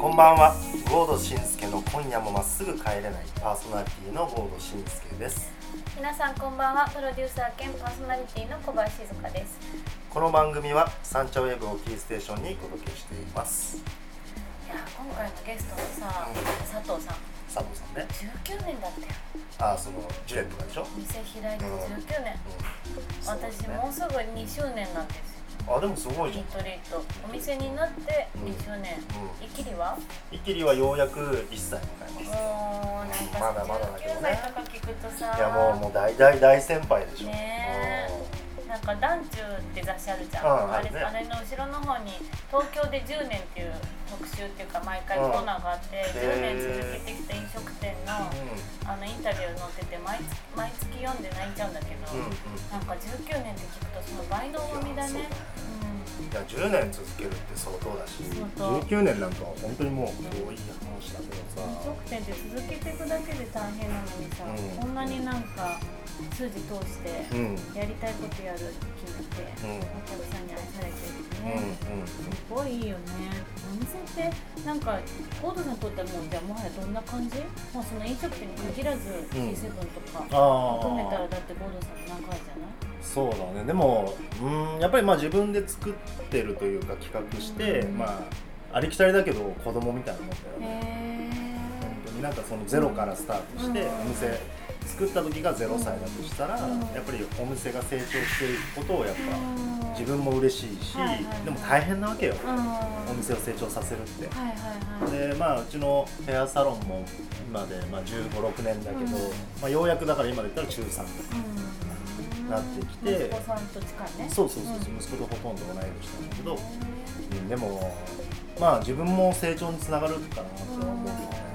こんばんはゴードシンスケの今夜もまっすぐ帰れないパーソナリティのゴードシンスケです皆さんこんばんはプロデューサー兼パーソナリティの小林静香ですこの番組はサンチャウェブをキーステーションにお届けしていますいや今回のゲストのさ、うん佐藤さん佐藤さんね19年だったよあーそのジュレットがでしょ、店開いて19年、うんそうです私ねもうすぐ2周年なんですよあでもすごいじリゃんトリートお店になって2周年、うイキリはイキリはようやく1歳迎えますもうなんかまだまだだけど19ね歳とか聞くとさいやもうもう大大大先輩でしょ、ねえなんか「ダンチュー」って雑誌あるじゃん、うんああれるねあれの後ろの方に「東京で10年」っていう特集っていうか毎回コーナーがあって、うん10年続けてきた飲食店のうんあのインタビュー載ってて毎月毎月読んで泣いちゃうんだけうど、んうんなんか19年って聞くとその倍の重みだね。うんいや10年続けるって相当だし相当19年なんかは本当にもう遠い話だけどさ飲食店って続けていくだけで大変なのにさ、うんこんなになんか数字通してうんうんうんやりたいことやるって決めて、うんお客さんに愛されてるね。すごいいいよねお店ってなんかゴードさんにとってはもうじゃあもはやどんな感じもうその飲食店に限らず G7 とか含めたあらだってゴードさんって何回じゃないそうだねでもうんやっぱりまあ自分で作ってるというか企画して、うんまあありきたりだけど子供みたいなもんだよねへ本当になんかそのゼロからスタートして、うんお店作った時が0歳だとしたら、うんやっぱりお店が成長していくことをやっぱー自分も嬉しいし、はいはいはいでも大変なわけよ、うんお店を成長させるって。はいはいはいでまあ、うちのヘアサロンも今で、まあ、1 5 6年だけど、うんまあ、ようやくだから今で言ったら中3うんなってきて息子さんと近いねそうそうそうそう、ん息子とほとんど同い年なんだけへどー、うんでも、まあ、自分も成長につながるかなとは思うよね。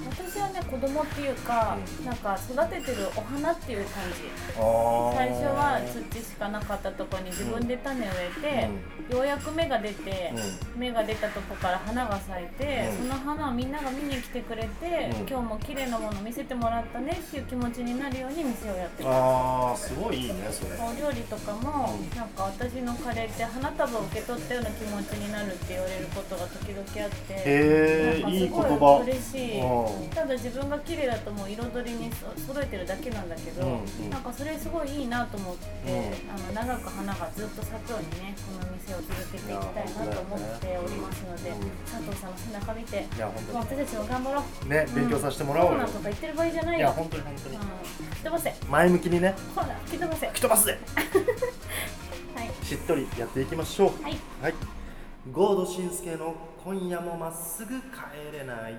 私はね子供っていうか、うんなんか育ててるお花っていう感じ最初は土しかなかったところに自分で種を植えて、ようやく芽が出て、芽が出たとこから花が咲いて、うんその花をみんなが見に来てくれて、うん今日も綺麗なもの見せてもらったねっていう気持ちになるように店をやってるああすごいいいねそれお料理とかも、うんなんか私のカレーって花束を受け取ったような気持ちになるって言われることが時々あって、へえなんかいいす言ごい葉嬉しい。うただ自分が綺麗だともう彩りにそ揃えてるだけなんだけど、うんうんなんかそれすごいいいなと思って、うんあの長く花がずっと咲くようにねこの店を続けていきたいなと思っておりますので、うん佐藤さんの背中見て、んいや本もう当私たちも頑張ろうにね勉強させてもらおコうーナよーとか言ってる場合じゃないいよや本当に本当うんに吹き飛ばせ前向きにねコーナー吹き飛ばせは吹き飛ばすぜいしっとりやっていきましょうはいはいゴードシンスケの今夜もまっすぐ帰れない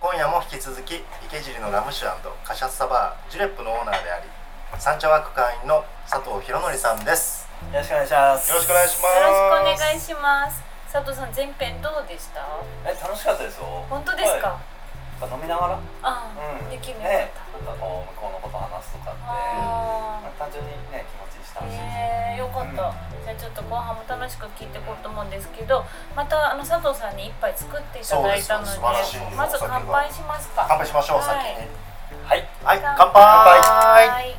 今夜も引き続き池尻のラム酒カシャッサバージュレップのオーナーであり三茶ワーク会員の佐藤博則さんですよろしくお願いします。よろしくお願いしますよろしくお願いします佐藤さん前編どうでしたえ、楽しかったですよ。本当ですか、はいやっぱ飲みながら、ああ、うん、できるよかねっ、なんかこう向こうのこと話すとかってた、まあああ単純にね気持ちいいし楽しいでえー、す。よかった、じゃあちょっと後半も楽しく聞いていこうと思うんですけどまたあの佐藤さんに一杯作っていただいたのでそうです素晴らしいまず乾杯しますか乾杯しましょう、はい先にはい。はい乾杯杯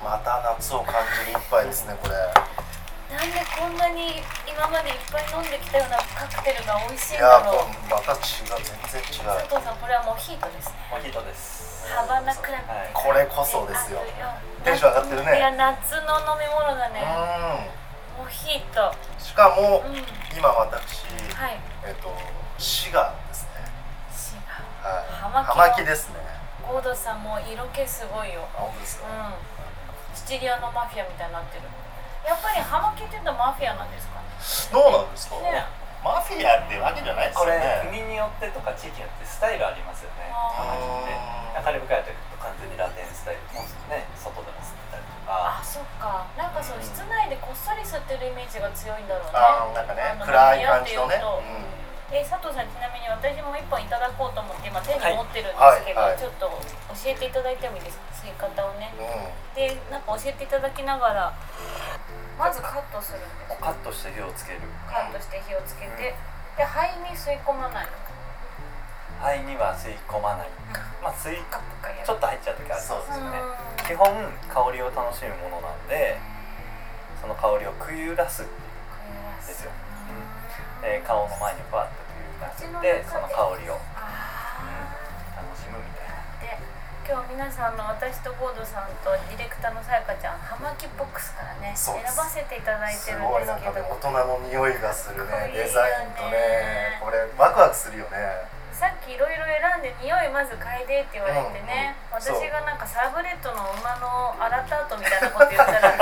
また夏を感じる一杯ですねこれなんでこんなに今までいっぱい飲んできたようなカクテルが美味しいいんやーだころれまうた違う全然違う佐藤さんこれはモヒートですねモヒートです。ハバナクラブはい。これこそですよあテンション上がってるねいや夏の飲み物だうねんモヒートしかもうん今私はいえっと滋賀ですね違うはい葉葉巻巻ですねゴードさんも色気すごいよあ本当ですかうん、シチリアのマフィアみたいになってるやっぱりハマキっていうのはマフィアなんですかねどうなんですかねマフィアってわけじゃないですこよれね国によってとか地域によってスタイルありますよね。あーハマキって。カリブ海だと完全にラテンスタイル。もうね、外でも吸ってたりとか。あそっかなんかそう室内でこっそり吸ってるイメージが強いんだろうねあーなんかねあの暗い感じのねマフィアってうんいうとえ佐藤さんちなみに私も一本いただこうと思って今手に持ってるんはいですけど、はいはいちょっと教えていただいてもいいですか吸い方をねうんでなんか教えていただきながらまずカットするんですカットして火をつける。カットして火をつけて、で肺に吸い込まない肺には吸い込まないまあ吸いカプカやちょっと入っちゃう時あるんうんですよね基本香りを楽しむものなんでその香りをくゆらすっていうんですよ、うん、で顔の前にバッとくゆらせてその香りを、うん、あ楽しむみたいーでな今日皆さんの私とゴードさんとディレクターのさやかちゃんハマキボックスからねそう選ですばせていただいてするんごいですなんけかねど大人の匂いがするかっこねいいデよねザインとねこれワクワクするよねさっきいろいろ選んで匂いまず嗅いでって言われてうね、んうんそ私うがなんかサラブレッドの馬の洗った後みたいなこと言った ら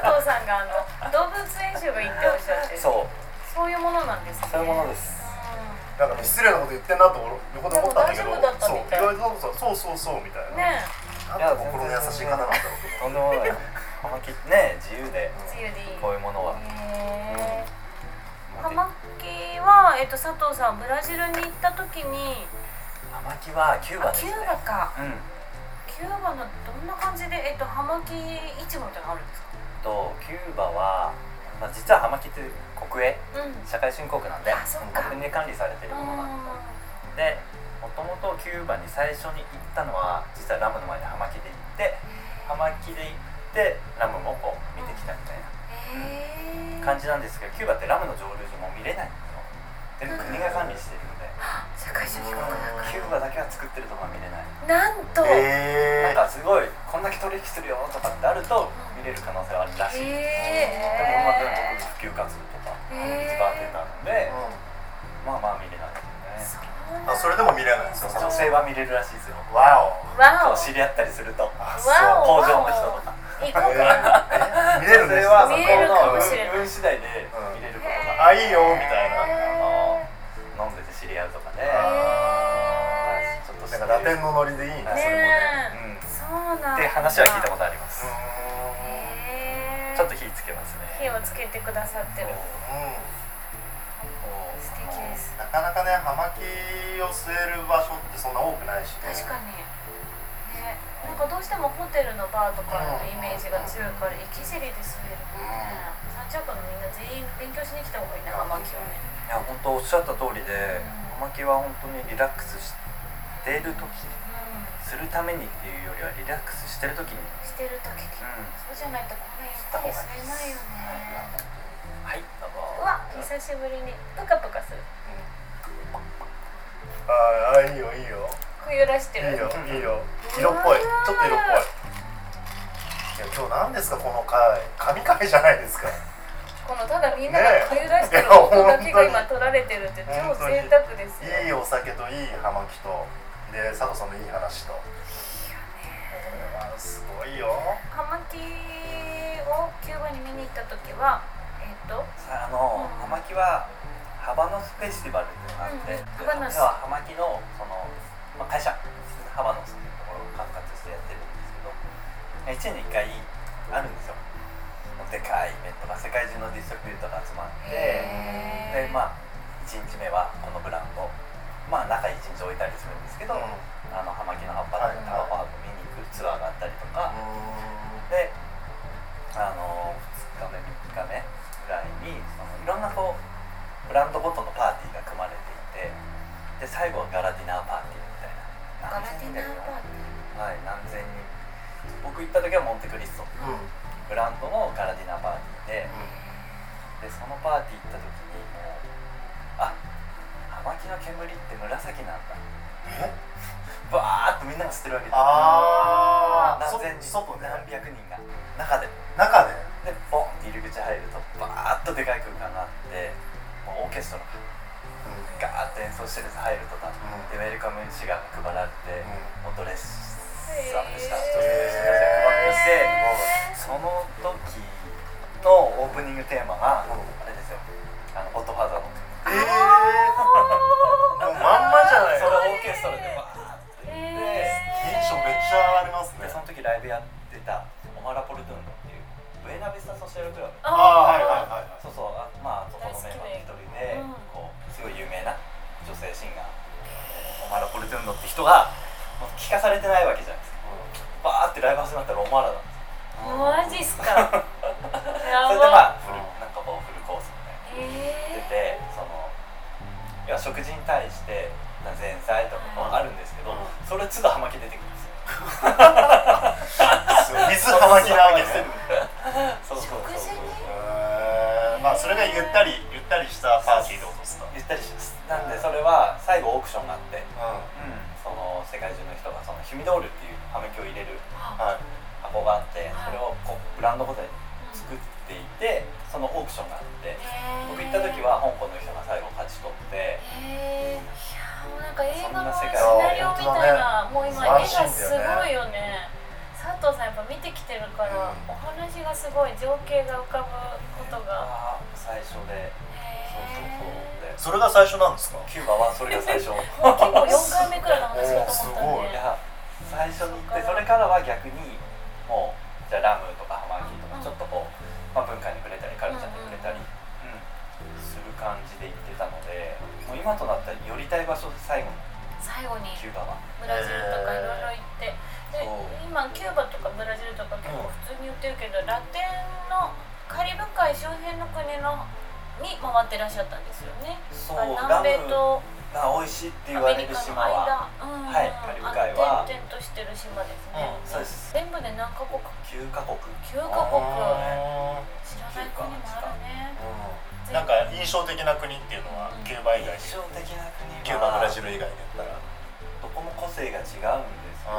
佐藤さんがあの動物園種類っておっしゃってそうそういうものなんですねそういうものですうなんか失礼なこと言ってんなと俺横で思ったんだけどでも大丈夫だったみたいそう意外とそうそうそうそうみたいな、んねなんか心の優しい方なんだろうけどとんで もない葉巻ね自由でえ自由でいいこういうものはへえ持ハってマキは、えっと、佐藤さんブラジルに行った時に葉巻はキューバあですキねューバかうんキューバのどんな感じで、えっと、ハマキ市もみたいなのあるんですかとキューバは、まあ、実は葉巻って国営うん社会振興区なんであそっか国で管理されてるものなんででもともとキューバに最初に行ったのは実はラムの前でハマキで行ってハマキで行ってラムもこう見てきたみたいなへえ感じなんですけどキューバってラムの蒸留所も見れないので国が管理してるんで社会主義国だからキューバだけは作ってるとこは見れないなんとへなんえかすごいこんだけ取引するよとかってあると見れる可能性はあるらしいでもうまくえ特に普及活動とかへー一番出たのーでうんまあまあ見れないですよねあそれでも見れないんですよ女性は見れるらしいですよわおわそおう知り合ったりするとあわそお工場の人とか行こうかなう見れるんそでれすよはそこ見えるかもしれないの運次第で見れることがあいいよみたいなあの飲んでて知り合うとかで、へちょっとなんかラテンのノリでいいなそそれれももね、ねうん、っそうなんだて話は聞いたことあります、へえちょっと火つけます火ねをつけてくださってるうーんうん素敵ですなかなかね、葉巻を据える場所ってそんな多くないしね。確かにねなんかどうしてもホテルのバーとかのイメージが強いから池尻で住めるうね三着のみんな全員勉強しに来た方がいいなハマキをねいや本当おっしゃった通りでおまけは本当にリラックスしてる時うするためにっていうよりはリラックスしてる時に、うんんしてる時にそうじゃないとこんなゆっ行ったく方りが吸えないいいでよすねはいどううぞわ久しぶりにプカプカするああ、いいよ、いいよ。くゆらしているいよ、うんいいよ。色っぽい。うわーちょっと色っぽい。いや、今日何ですか、この回。神回じゃないですか。このただみんなねがえくゆらしてる音だけが今取られてるって超贅沢ですよいいお酒といい葉巻と、で、佐藤さんのいい話と。これはすごいよ。ハマキをキューバに見に行った時はえっとさあの葉巻はハバノスフェスティバルっていうのがあって、うんハバノス要は葉巻のその、まあ、会社ハバノスっていうところを管轄してやってるんですけど1年に1回あるんですよでかいイベントが世界中のディストリビューターが集まってへでまあ1日目はこのブランドまあ中1日置いたりするんですけうど、ん。うあの葉巻の葉っぱとかタバコを見に行くツアーがあったりとか、ーであの2日目3日目ぐらいにそのいろんなこうブランドごとのパーティーが組まれていてで最後はガラディナーパーティーみたいなガラティナーパーテはい何千人僕行った時はモンテクリスん。トうん。ブランドのガラディナーパーティーででそのパーティー行った時にもうあ葉巻の煙って紫なんだえ バーッとみんなが吸ってるわけですああ、何千人そ外で何百人が中で中で。でボンって入り口入るとバーッとでかい空間があってもうオーケストラがガーッと演奏してるやつ入るとかでウェルカムシガーが配られて、もうドレッサーでしたドレッサーで配ってその時のオープニングテーマが、うんあれですよあのゴッドファーザーのええー、もうまんまじゃないそれをオーケストラでバーッと行って、テンションめっちゃ上がりますねでその時ライブやってたオマラ・ポルトゥーノっていうブエナビスタ・ソシャルクラブあああはいはいはいはいそうそうあまあそこのメンバーの一人で、うんこうすごい有名な女性シンガー、えーオマラ・ポルトゥンドって人がもう聞かされてないわけじゃないですかバーってライブ始まったらオマラなんでマジすよっすかやそれでばまあフルなんかこうフルコースみたいなえ出てその要は食事に対して前菜とかもあるんですけど、それ都度葉巻出てくるんですよ水はまきなわけねそうそうそうそうえーまあそれがゆったりゆったりしたパーティーってことですかゆったりしますなんでそれは最後オークションがあって、うんその世界中の人がそのヒミドールっていう葉巻を入れるはい箱があってそれをこうブランドごとに作っていてそのオークションがあって僕行った時は香港の人が最後勝ち取っへてえー、いやーもうなんか映画のそんなシ世界ナリオみたいな、素晴らしいんだよもう今絵がすねごいよね佐藤さんやっぱ見てきてるから、うんお話がすごい情景が浮かぶことがあー最初でそうそうそうでそれが最初なんですかキューバはそれが最初いもう結構4回目くらいの話だ と思ったおーすごいんでや最初に行ってそれからは逆にもうじゃあラムとかハマキとかちょっとこう、まあ、文化に触れたりカルチャーに触れたり、うんする感じで行ってたのでもう今となったら寄りたい場所で最後の最後にキューバはブラジルとかいろいろ行って、でそう今キューバとかブラジルとか結構普通に言ってるけど、ラテンのカリブ海周辺の国のに回ってらっしゃったんですよねそうラム南米とが美味しいって言アわメれリるカの島は間、うんうんはいカリブ海はあの点々としてる島ですね、うんそうです全部で何カ国9カ国9カ国知らない国もあるねうんなんか印象的な国っていうのはキューバ以外に印象的な国はキューバブラジル以外で言ったらどこも個性が違うんですけど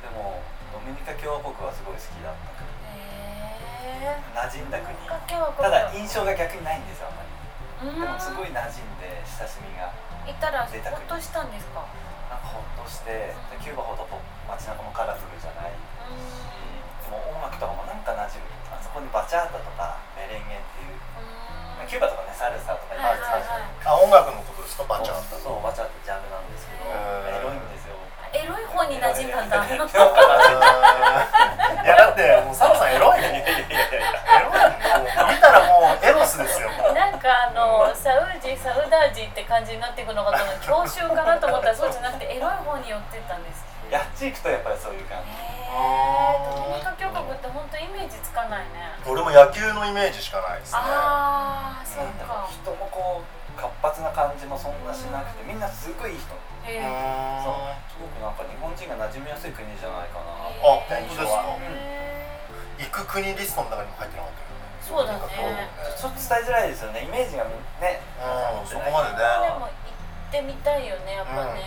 でもドミニカ共和国はすごい好きだった国へえ馴染んだ国何か共和国ただ印象が逆にないんですよあんまりうでもすごんい馴染んで親しみが行ったらほ贅沢っとしたんですかなんかほっとしてでキューバほどこう街中もカラフルじゃないしもう音楽とかもなんか馴染むあそこにバチャータとかメレンゲっていううんキューバとかねサルサとかいっぱいあるんですよあ音楽のことですかバチャーそうそうバチャーってジャンルなんですけどへーエロいんですよエロい方に馴染んだんだ。エロい いやだってもうサムさんエロいねエロいもう見たらもうエロスですよもう なんかあのサウジサウダージって感じになっていくのかと思って教習かなと思ったらそうじゃなくてエロい方に寄ってったんです。 やっち行くとやっぱりそういう感へじえ。ドミニカ共和国って本当イメージつかないね。俺も野球のイメージしかないですねああ、そうなんだろかう。人もこう活発な感じもそんなしなくてみんなすごいいい人へうえ。んそうすごくなんか日本人が馴染みやすい国じゃないかなあ本当ですかへ行ーく国リストの中にも入ってなかったけどねそうだねちょっと伝えづらいですよねイメージがねうんそこまでねでも行ってみたいよね、やっうんうんぱね。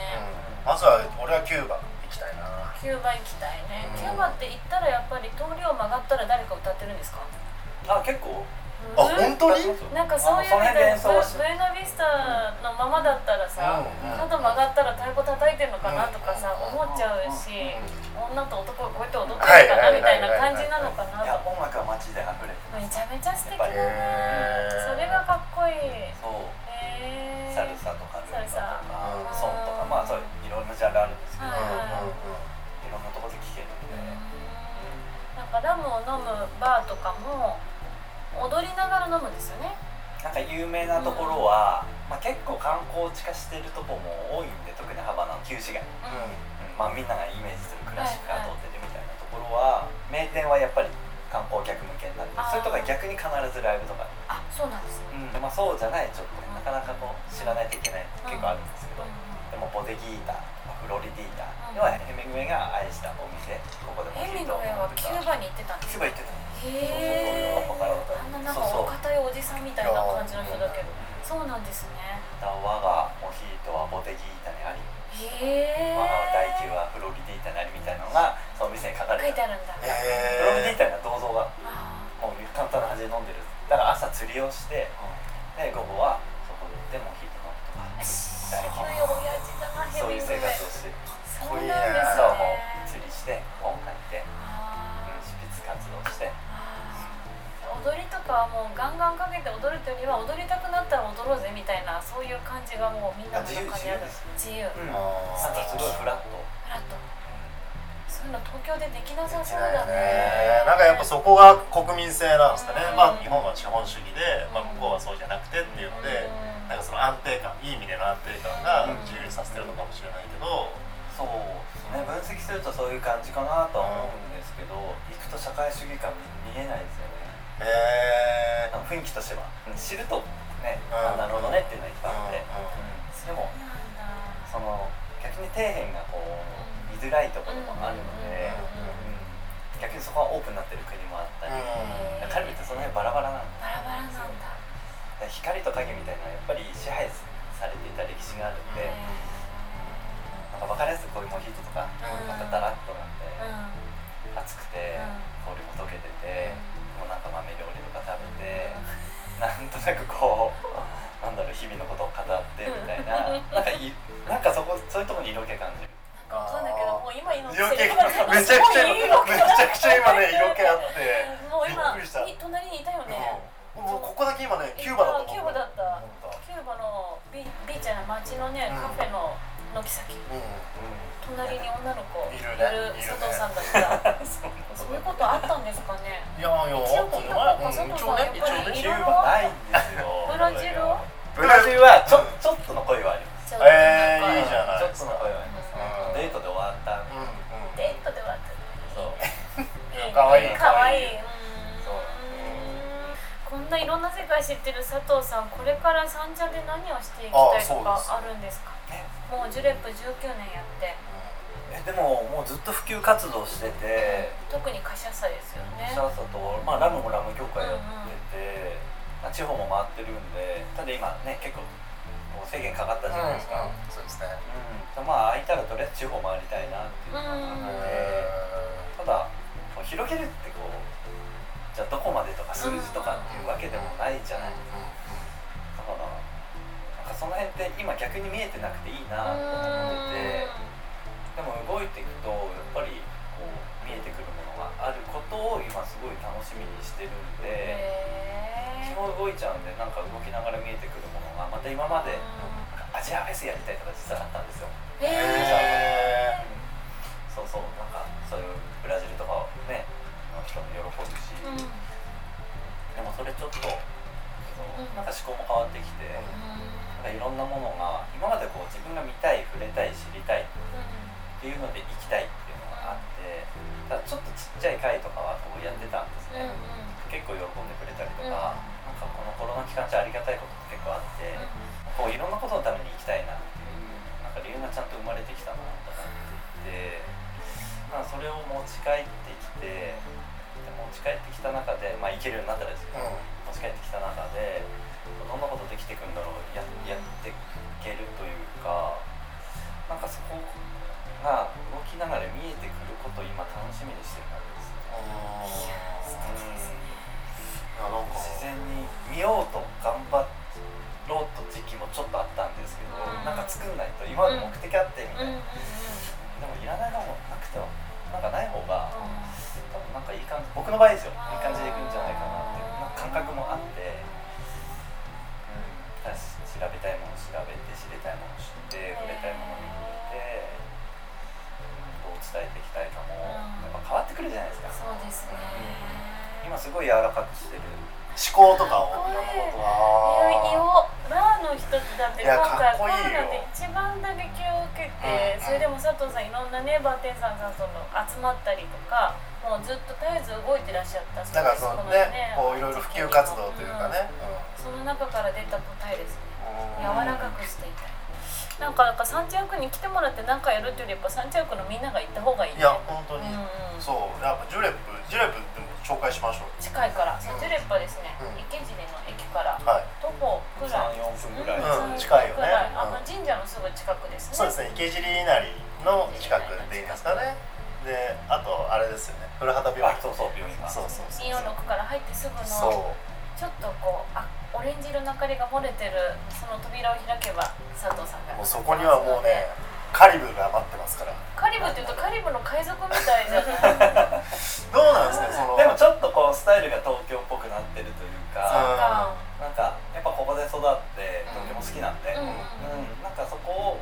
まずは俺はキューバ行きたいなキューバ行きたいねう。んキューバって行ったらやっぱり通りを曲がったら誰か歌ってるんですか。あ結構あ本当になんかそういうあのその意味辺でで演奏ブブはしエナビスタのままだったらさ、うんうん角曲がったら太鼓叩いてるのかなとかさ、うん思っちゃうし、う女と男がこうやって踊ってるのかなはいはいはいはいみたいな感じなのかないやと音楽は街で溢れてめちゃめちゃ素敵だんへねーそれがかっこいいへそうえサルサとかルサンバとかルサソンとかまあそういういろんなジャンルあるんですけどはいうんうんうんいろんなとこで聴けるんでなんかラムを飲むバーとかも踊りながら飲むんですよねなんか有名なところは、まあ、結構観光地化してるとこも多いんで特にハバナの旧市街、うんまあ、みんながイメージするクラシックアートホテルみたいなところは、名店はやっぱり観光客向けになってあーそれとか逆に必ずライブとか、あそうなんですね、うんまあ、そうじゃないちょっとねなかなかこう知らないといけない結構あるんですけうんど、でもボデギータとかフロリディータ、うん要はヘミングウェイが愛したお店ここでもヘミングウェイはキューキバに行ってたんですューバ行ってたへえ。あんななんかお堅いおじさんみたいな感じの人だけど、そうなんですね。我がモヒートはボデギータにありへえ。我が第9はフロリディータなりみたいなのがその店に書かれ書いててあるるんだ。フロリへディータには銅像があもう簡単な味で飲んでるだから朝釣りをしてで午後はそこでモヒート飲むとかーそういう親父だなヘそうビいーう生活をで。してそうなんですね。朝はもう釣りして本書いてうんあ執筆活動してー踊りとかはもうガンガンかけて踊るというよりは踊りたくなったら踊ろうぜみたいなそういう感じがもうみんなの中にある。自由。フうんーなんかすごいフラットラット。そういうの東京でできなさそうだねね。なんかやっぱそこが国民性なんですかね、まあ、日本は資本主義で、まあ、向こうはそうじゃなくてっていうので、うんなんかその安定感いい意味での安定感が自由にさせてるのかもしれないけど、そうですね分析するとそういう感じかなとは思うんですけど行くと社会主義感見えないですよねへえあの雰囲気としては知るとね、あなるほどねっていうのはいっぱいあって、でもその逆に底辺がこう見づらいところもあるので、逆にそこはオープンになってる国もあったり、カルビってその辺バラバラなんバラバラなんだ光と影みたいなやっぱり支配されていた歴史があるんで、なんか分かりやすくこういうモヒートとか、まただらっとなんで、暑くて、氷も溶けてて、もうなんか豆料理とか食べて、なんとなくこう。なんだろう日々のことを語ってみたいな、なんかいなんかそこそういうところに色気感じる。わかんないけど、もう今色気めちゃくちゃめちゃくちゃ今ね色気あって。もう今隣にいたよね。もうここだけ今ねキューバだったキューバだったキューバのビビーチの街のね、カフェの軒先、隣に女の子いる,、佐藤さんだったそういうことあったんですかねいやいや一応聞いたこと佐藤さんやっぱりいろいろないんですよブラジルはブラジルはちょちょっとの恋はありますええいいじゃないちょっとの恋はありますデートで終わった、デートで終わそったうかわいいかわいいこんないろんな世界知ってる佐藤さんこれから三茶で何をしていきたいとかあるんですかもうジュレップ19年やってえでももうずっと普及活動してて特に貨車祭ですよね貨車祭と、まあ、ラムもラム協会やってて、まあ、地方も回ってるんでただ今ね結構もう制限かかったじゃないですか、そうですね、うん、まあ空いたらとりあえず地方回りたいなっていうのがあってただ広げるってこうじゃどこまでとか数字とかっていうわけでもないじゃないですか、だからなんかその辺って今逆に見えてなくていいなと思っててでも動いていくとやっぱりこう見えてくるものがあることを今すごい楽しみにしてるんで基本動いちゃうんでなんか動きながら見えてくるものがまた今までアジアフェスやりたいとか実はあったんですよ。へーそうそうなんかそういうブラジルとかねの人も喜ぶし、うん、でもそれちょっとなんか思考も変わってきて、うん、なんかいろんなものが今までこう自分が見たい触れたい知りたいっていうので行きたいっていうのがあってただちょっとちっちゃい回とかはこうやってたんですね、うん、結構喜んでくれたりとか、何、うん、かこのコロナ期間中ありがたいことって結構あって、こういろんなことのために行きたいなっていうなんか理由がちゃんと生まれてきたなとかって言って。まあ、それを持ち帰ってきて持ち帰ってきた中で、まあ、行けるようになったですけど、うん、持ち帰ってきた中でどんなことできていくんだろうややっていけるというかなんかそこが動きながら見えてくることを今楽しみにしてる感じですね。自然に見ようと頑張ろうと時期もちょっとあったんですけど、うん、なんか作んないと今まで目的あってみたいな。うんでもいらないものなくてもなんかない方が、うん、多分なんかいい感じ僕の場合ですよいい感じでいくんじゃないかなってなんか感覚もあって、うん、だし調べたいもの調べて知りたいもの知って触れたいものに触れて、うん、どう伝えていきたいかも、やっぱ変わってくるじゃないですかそうですね、うん、今すごい柔らかくしてる思考とかをいよバーの人ってだって今回コロナで一番打撃を受けてそれでも佐藤さんいろんなねバーテンさんさんとの集まったりとかもうずっと絶えず動いてらっしゃっただからそのねこういろいろ普及活動というかね、その中から出た答えですね柔らかくしていたいなんかなんか三茶区に来てもらって何かやるっていうよりやっぱ三茶区のみんなが行った方がいい、いや本当に、そうやっぱジュレップジュレップでも紹介しましょう近いからジュレップですね、池尻の駅から徒歩くらい34分ぐらい、近いよね、あの神社のすぐ近くですねそうですね池尻稲荷の近くって言いますかねであとあれですよね古畑病院そうそう病院がそうそうそう246から入ってすぐのちょっとこうあオレンジ色の明かりが漏れてるその扉を開けば佐藤さんがもうそこにはもうねカリブが待ってますからカリブっていうとカリブの海賊みたいじゃんどうなんですかそのでもちょっとこうスタイルが東京っぽくなってるというかなんかやっぱここで育って東京も好きなんで、うん、うん、なんかそこを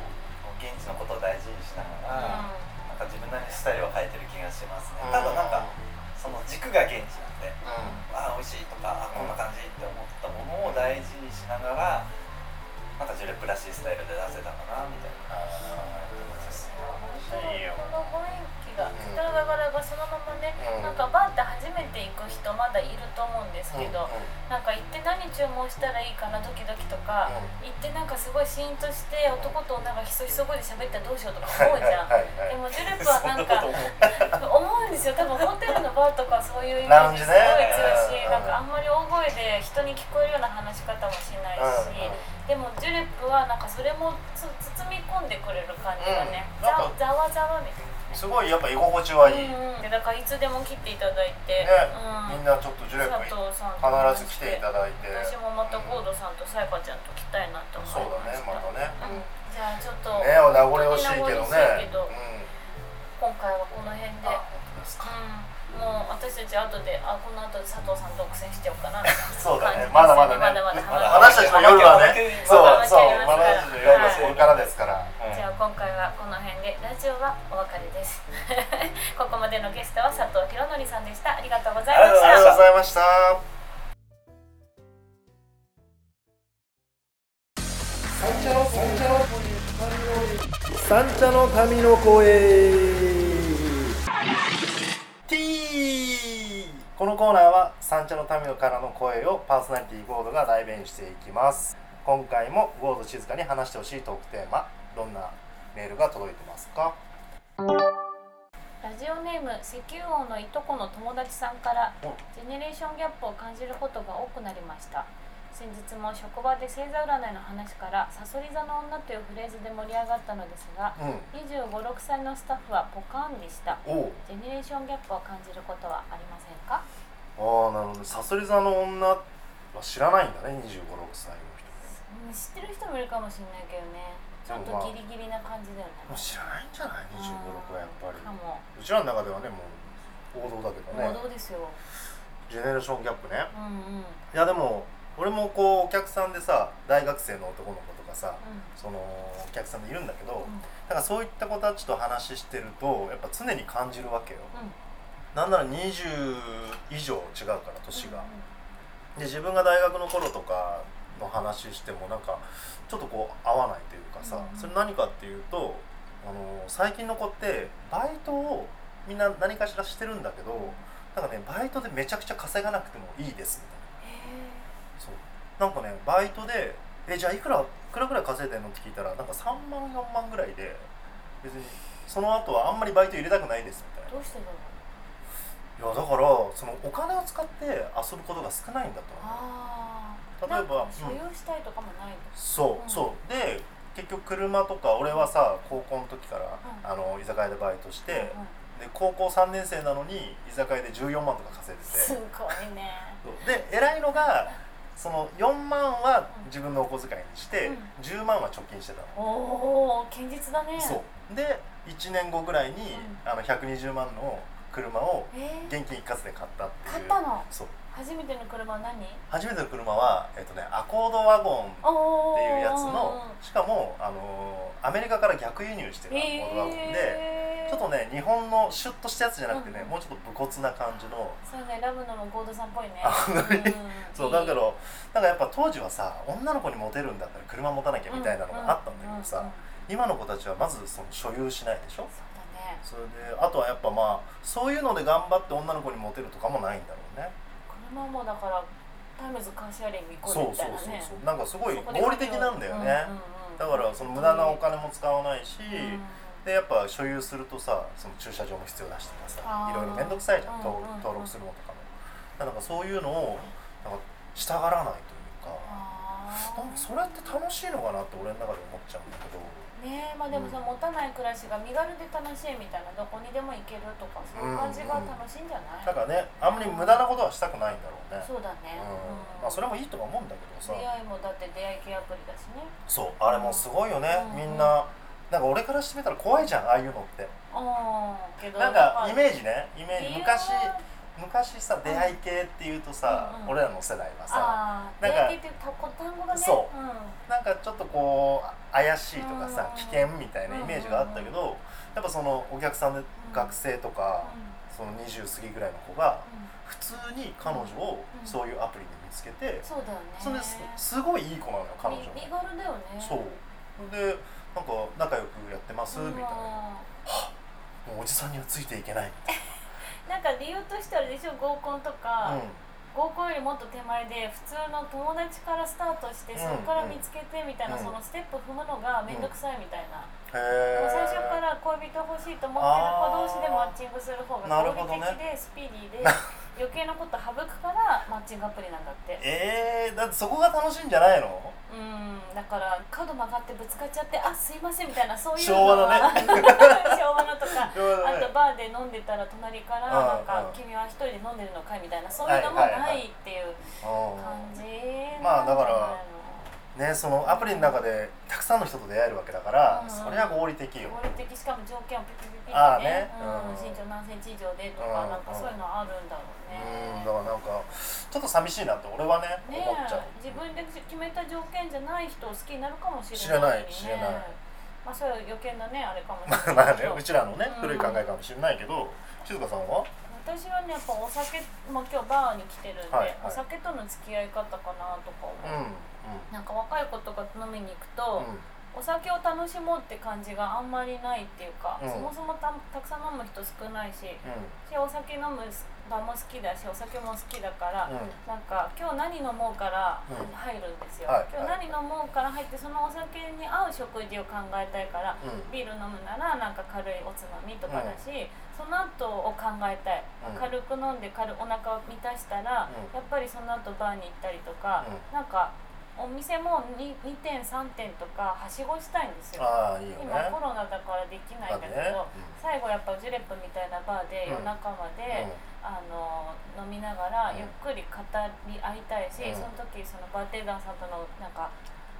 現地のことを大事にしながら、うん、なんか自分なりにスタイルを変えてる気がしますね、うん、ただなんかその軸が現地なんで、うん、ああ美味しいとかこんな感じって思ったものを大事にしながらまたジュレップらしいスタイルで出せたかなみたいな。いいよこの雰囲気が、うん、だからそのままねなんかバーって初めて行く人まだいると思うんですけど、なんか行って何注文したらいいかなドキドキとか、行ってなんかすごいシーンとして男と女がひそひそ声で喋ったらどうしようとか思うじゃん、でもジュレップはなんか思うんですよ多分ホテルのバーとかそういうイメージすごい強いし、なんかあんまり大声で人に聞こえるような話し方もしないし、でもジュレップはなんかそれも包み込んでくれる感じがね、ざわざわみたいな。すごいやっぱ居心地はいい、うん、だからいつでも切っていただいて、ねうん、みんなちょっとジュレップに必ず来ていただいて私もまたゴードさんとさやかちゃんと来たいなと思いましたそうだねまたね、うん、じゃあちょっとねお名残惜しいけどね今回はこの辺でうん、もう私たち後であこの後佐藤さん独占してようかなみたいな そうだねまだまだね私たちの夜はねそうそうまだ私たちの夜はこれからですから、じゃあ今回はこの辺でラジオはお別れです ここまでのゲストは佐藤博則さんでしたありがとうございましたありがとうございました三茶の民の声このコーナーは三茶の民からの声をパーソナリティゴードが代弁していきます今回もゴード静かに話してほしいトークテーマどんなメールが届いてますかラジオネーム石油王のいとこの友達さんからジェネレーションギャップを感じることが多くなりました先日も職場で星座占いの話から「さそり座の女」というフレーズで盛り上がったのですが、うん、2 5 6歳のスタッフはポカンでしたジェネレーションギャップを感じることはありませんかああなるほどさそり座の女は知らないんだね2 5 6歳の人知ってる人もいるかもしれないけどねちょっとギリギリな感じだよね、まあ、知らないんじゃない2 5 6はやっぱりかもうちらの中ではねもう王道だけどね王道ですよジェネレーションギャップね、うんうん、いやでも俺もこうお客さんでさ大学生の男の子とかさ、うん、そのお客さんでいるんだけど、うん、だからそういった子たちと話してるとやっぱ常に感じるわけよ、うん、なんなら20以上違うから年が、で自分が大学の頃とかの話してもなんかちょっとこう合わないというかさ、それ何かっていうとあの最近の子ってバイトをみんな何かしらしてるんだけどなんかねバイトでめちゃくちゃ稼がなくてもいいですみたいな。なんかねバイトで「えじゃあいくらいくらぐらい稼いでんの?」って聞いたらなんか3万4万ぐらいで別にその後はあんまりバイト入れたくないですみたいなどうしてだろういやだからそのお金を使って遊ぶことが少ないんだと思う例えば所有したいとかもない、うん、そう、うん、そうで結局車とか俺はさ高校の時から、うん、あの居酒屋でバイトして、うんうんで高校3年生なのに居酒屋で14万とか稼いでてすご いねで偉いのがその4万は自分のお小遣いにして、うん、10万は貯金してたのおお堅実だねそうで1年後ぐらいに、うん、あの120万の車を現金一括で買ったっていう、えー、買ったのそう初めての車は何初めての車は、えっとね、アコードワゴンっていうやつのしかも、あのー、アメリカから逆輸入してるアコードワゴンで、えー、ちょっとね日本のシュッとしたやつじゃなくてね、うん、もうちょっと武骨な感じのそうねラブのもゴードさんっぽいねそうだけどなんかやっぱ当時はさ女の子にモテるんだったら車持たなきゃみたいなのがあったんだけどさ、今の子たちはまずその所有しないでしょそうだねそれであとはやっぱまあそういうので頑張って女の子にモテるとかもないんだろうね今もだからタイムズカーシェアリング行こうみたいなねそうそうそうなんかすごい合理的なんだよね、だからその無駄なお金も使わないし、うん、でやっぱ所有するとさその駐車場も必要だしとかさいろいろ面倒くさいじゃん、登録するのとかもなんかそういうのをなんか従らないというかなんかそれって楽しいのかなって俺の中で思っちゃうんだけど。ねまあでもその持たない暮らしが身軽で楽しいみたいなどこにでも行けるとかそういう感じが楽しいんじゃない、だからねあんまり無駄なことはしたくないんだろうねそうだね、まあそれもいいとは思うんだけどさ出会いもだって出会い系アプリだしねそうあれもすごいよね、みんななんか俺からしてみたら怖いじゃんああいうのってうんなんかイメージねイメージ昔昔さ出会い系っていうとさ、俺らの世代はさなんかそう、なんかちょっとこう怪しいとかさ、危険みたいなイメージがあったけど、やっぱそのお客さんで学生とか、その20過ぎぐらいの子が、普通に彼女をそういうアプリで見つけて、そうだよねそれですごいいい子なのよ彼女身軽だよねそうでなんか仲良くやってますみたいな「はっもうおじさんにはついていけない」みたいな。なんか理由としてはあれでしょ合コンとか、うん合コンよりもっと手前で普通の友達からスタートしてそこから見つけてみたいな、うんそのステップ踏むのが面倒くさいみたいな、へえもう最初から恋人欲しいと思ってる子同士でマッチングする方がなる合ほど理ね的でスピーディーで余計なこと省くからマッチングアプリなんだってえー、だってそこが楽しいんじゃないのうんだから角曲がってぶつかっちゃってあすいませんみたいなそういう昭和だねね 昭和のとか昭和だねあとバーで飲んでたら隣からなんうんかうん君は一人で飲んでるのかいみたいなそういうのもはいはいはないいっていうう感じまあだからなんんねそのアプリの中でたくさんの人と出会えるわけだから、うんそれは合理的じゃよないの合理的しかも条件をピピピピってああねねうんうん身長何センチ以上でとうかんなんかそういうのあるんだろううんねだからなんかちょっと寂しいなって俺はねね思っちゃうえ自分で決めた条件じゃない人を好きになるかもしれないのにね知らない知らないまあそれは余計なねあれかもしれないけど まあねうちらのねうん古い考えかもしれないけど静香さんは私はねやっぱお酒、まあ、今日バーに来てるんで、はいはいお酒との付き合い方かなとか思うんう、なんか若い子とかと飲みに行くと、うんお酒を楽しもうって感じがあんまりないっていうか、うんそもそもたたくさん飲む人少ないしうしお酒飲む場も好きだしお酒も好きだから、んうんうんなんか今日何飲もうからうん入るんですよ、はい今はい日何飲もうから入ってそのお酒に合う食事を考えたいから、うんビール飲むならなんか軽いおつまみとかだし、その後を考えたい、うん軽く飲んで軽お腹を満たしたら、うんやっぱりその後バーに行ったりとか、うなんかお店も 2, 2点3点とかはしごしたいんですよああいいよね今コロナだからできないんだけど、まあねうん最後やっぱジュレップみたいなバーでうん夜中まで、あの飲みながらうんゆっくり語り合いたいし、うんその時そのバーテンダーさんとのなんか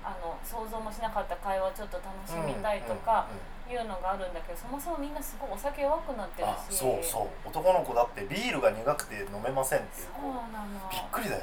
あの想像もしなかった会話をちょっと楽しうんみたいとかうんうんいうのがあるんだけど、そもそもみんなすごいお酒弱くなってるあしそうそう男の子だってビールが苦くて飲めませんっていうそ子うなのびっくりだよ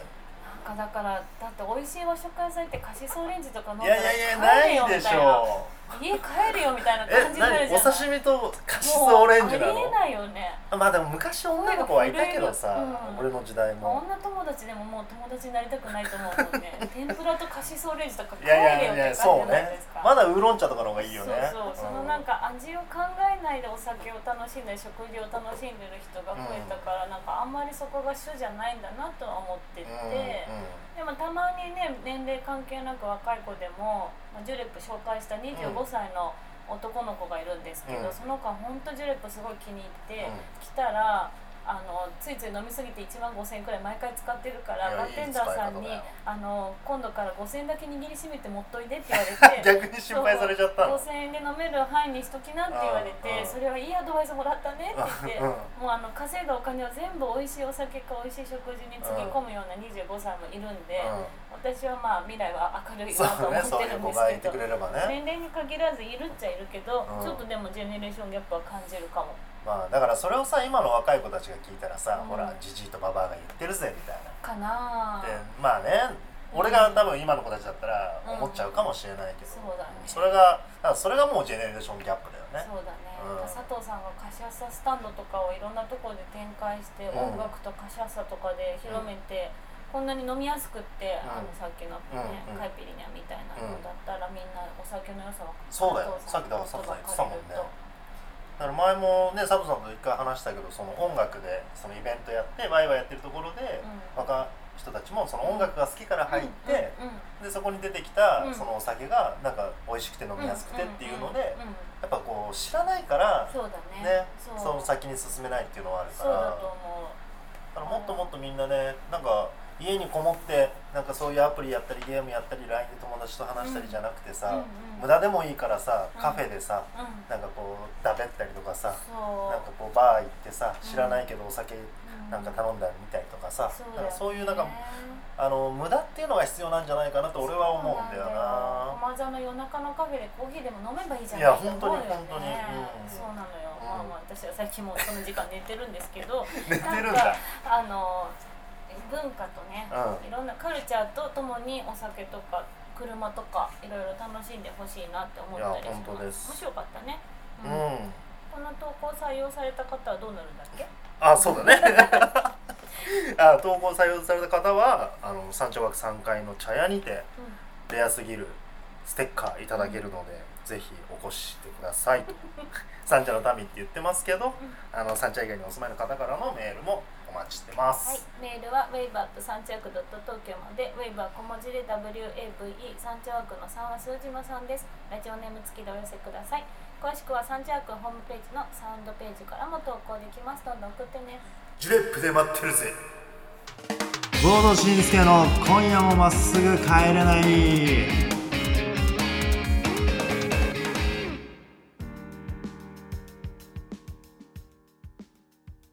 なんかだからだって美味しい和食屋さん行ってカシスオレンジとか飲んいだやらいやいや帰れよないでみしたいなょ家帰るよみたいうなえ感じになる何じゃおない刺身とカシスオレンジなもうのありえないよねまあでも昔女の子はいたけどうさん俺の時代もまあ女友達でももう友達になりたくないと思うもんね天ぷらとカシスオレンジとかい帰やいれやいやよって感じじそゃうないねですかまだウーロン茶とかの方がいいよねそうそうそのんなんか味を考えないでお酒を楽しんだり食事を楽しんでる人が増えたから、なんかあんまりそこが主じゃないんだなとは思ってて、うんでもたまにね年齢関係なく若い子でもまあジュレップ紹介した25歳の男の子がいるんですけど、うんその子は本当ジュレップすごい気に入って、うん来たらあのついつい飲みすぎて1万5000円くらい毎回使ってるからいやバーテンダーさんいい使い方だによあの「今度から5000円だけ握りしめて持っといで」って言われ うんて。逆に心配されちゃったの5000円で飲める範囲にしときなって言わうんうれてんそれはいいアドバイスもらったねって言っうてんもうあの稼いだお金を全部美味しいお酒か美味しい食事につぎ込むような25歳もいるんでうん私はまあ未来は明るいそなとう思ねっそうているうん子ですがいけてどくれればね年齢に限らずいるっちゃいるけどうんちょっとでもジェネレーションギャップは感じるかも。まあだからそれをさ今の若い子たちが聞いたらさうんほらじじいとばばあが言ってるぜみたいなかなであまあね俺が多分今の子たちだったら思っちゃうかもしれないけど、うんそうだねそれがだからそれがもうジェネレーションギャップだよねそうだね、うん佐藤さんがカシャサスタンドとかをいろんなところで展開して、うん音楽とカシャサとかで広めて、こんなに飲みやすくって、うんあのさっきのね、うんうんカイピリニャみたいなのだったら、みんなお酒の良さはそうだよさっきだから佐藤さん言ってたもんねだから前もね佐藤さんと一回話したけどその音楽でそのイベントやってワイワイやってるところで、うん若い人たちもその音楽が好きから入って、うんうんうんでそこに出てきたうんそのお酒がなんか美味しくて飲みやすくてっていうので、んうんうんやっぱこう知らないからそうだねねそうその先に進めないっていうのはあるかそうだらと思うだからもっともっとみんなねなんか家にこもってなんかそういうアプリやったりゲームやったり LINE で友達と話したりじゃなくてさ、うんうん無駄でもいいからさうんカフェでさ、うんなんかこうだべったりとかさそうなんかこうバー行ってさうん知らないけどお酒うんなんか頼んだりみたいとかさ、そうなんだよかそういうなんかねあの無駄っていうのが必要なんじゃないかなと俺は思うんだよな。駒沢の夜中のカフェでコーヒーでも飲めばいいじゃんいや本当にと本当思うよにうんそうなのよ、うんまあまあ私は最近もうその時間寝てるんです けど寝てるんだなんか。あの文化とね、うんいろんなカルチャーとともにお酒とか車とかいろいろ楽しんでほしいなって思ったりいしや本当まですす面白かったね、ううんん。この投稿採用された方はどうなるんだっけあ、そうだね。 あ、投稿採用された方はあの山頂枠3階の茶屋にてレアすぎるステッカーいただけるので、ぜひお越ししてくださいと 三茶の民って言ってますけど、あの三茶以外にお住まいの方からのメールもお待ちしてます、はい、メールはウェイバーと三茶区 .tokyo までウェイバー小文字で WAVE 三茶区の3は数字の3ですラジオネーム付きでお寄せください詳しくは三茶区ホームページのサウンドページからも投稿できますどんどん送ってねジュレップで待ってるぜ郷土真介の今夜もまっすぐ帰れない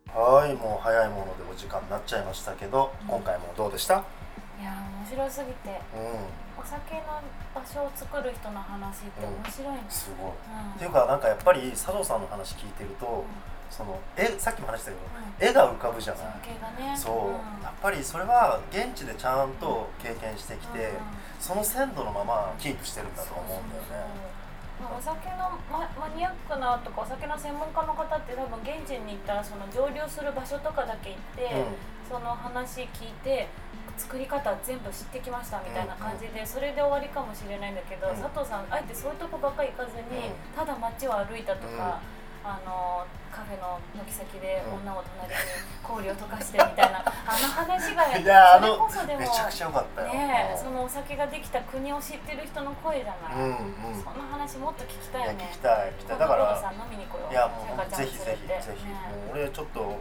はいもう早いものでお時間になっちゃいましたけど、うん、今回もどうでしたいや面白すぎて、うん、お酒の場所を作る人の話って面白いね、うん、、すごい、っていうかなんかやっぱり佐藤さんの話聞いてると、その絵さっきも話したけど、絵が浮かぶじゃないね、そう、やっぱりそれは現地でちゃんと経験してきて、その鮮度のままキープしてるんだと思うんだよねお酒のママニアックなとかお酒の専門家の方って多分現地に行ったらその蒸留する場所とかだけ行って、うん、その話聞いて作り方全部知ってきましたみたいな感じで、それで終わりかもしれないんだけど、うん、佐藤さんあえてそういうとこばっか行かずに、ただ街を歩いたとか。うんあのカフェの軒先で女を隣に氷を溶かしてみた いな、うん、あの話がいやそれこそでもめちゃくちゃ良かったよ、ね、そのお酒ができた国を知ってる人の声じゃない、うんうん、その話もっと聞きたいよね聞きたい聞きたいだからさん飲みに来よいやもうぜひぜひぜひ、ね、俺ちょっと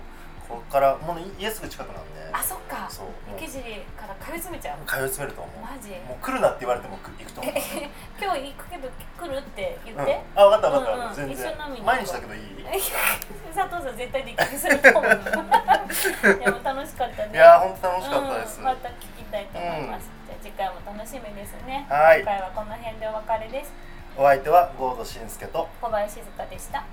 ここからもう家すぐ近くなんであそっかそう池尻から通い詰めちゃう通い詰めると思うマジもう来るなって言われても行くと思う今日行くけど来るって言って、うん、あ分かった分かった、うんうん、全然毎日だけどいい佐藤さん絶対できるする と思うでも楽しかったねいや本当楽しかったです、うん、また聞きたいと思います、うん、じゃあ次回も楽しみですね今回はこの辺でお別れですお相手は郷土真介と小林静香でした